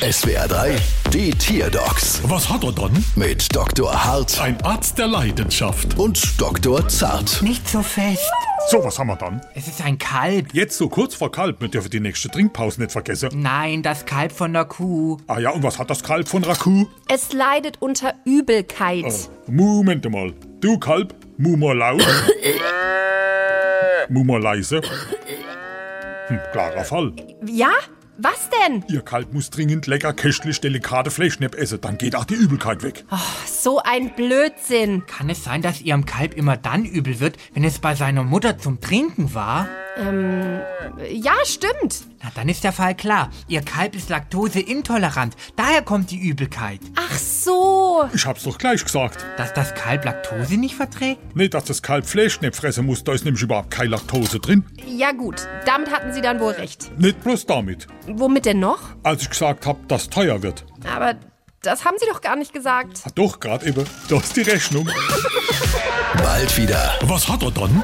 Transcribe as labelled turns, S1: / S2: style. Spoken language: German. S1: SWR 3, die Tierdocs
S2: Was hat er dann?
S1: mit Dr. Hart
S2: Ein Arzt der Leidenschaft.
S1: und Dr. Zart.
S3: Nicht so fest.
S2: So, was haben wir dann?
S3: Es ist ein Kalb.
S2: Jetzt so kurz vor Kalb, wir dürfen die nächste Trinkpause nicht vergessen.
S3: Nein, das Kalb von der Kuh.
S2: Ah ja, und was hat das Kalb von Raku?
S4: Es leidet unter Übelkeit.
S2: Oh. Moment mal. Du Kalb, mu mal laut. mu mal leise. Hm, klarer Fall.
S4: Ja? Was denn?
S2: Ihr Kalb muss dringend lecker, köstlich, delikate Fleischknepp essen, dann geht auch die Übelkeit weg.
S4: So ein Blödsinn.
S3: Kann es sein, dass ihrem Kalb immer dann übel wird, wenn es bei seiner Mutter zum Trinken war?
S4: Ja, stimmt.
S3: Na, dann ist der Fall klar. Ihr Kalb ist laktoseintolerant. Daher kommt die Übelkeit.
S4: Ach so.
S2: Ich hab's doch gleich gesagt.
S3: Dass das Kalb Laktose nicht verträgt?
S2: Nicht, dass das Kalb Fleischknepp fressen muss, da ist nämlich überhaupt keine Laktose drin.
S4: Ja gut, damit hatten Sie dann wohl recht.
S2: Nicht bloß damit.
S4: Womit denn noch?
S2: Als ich gesagt hab, dass teuer wird.
S4: Aber das haben Sie doch gar nicht gesagt.
S2: Ah, doch, gerade eben. Da ist die Rechnung.
S1: Bald wieder.
S2: Was hat er dann?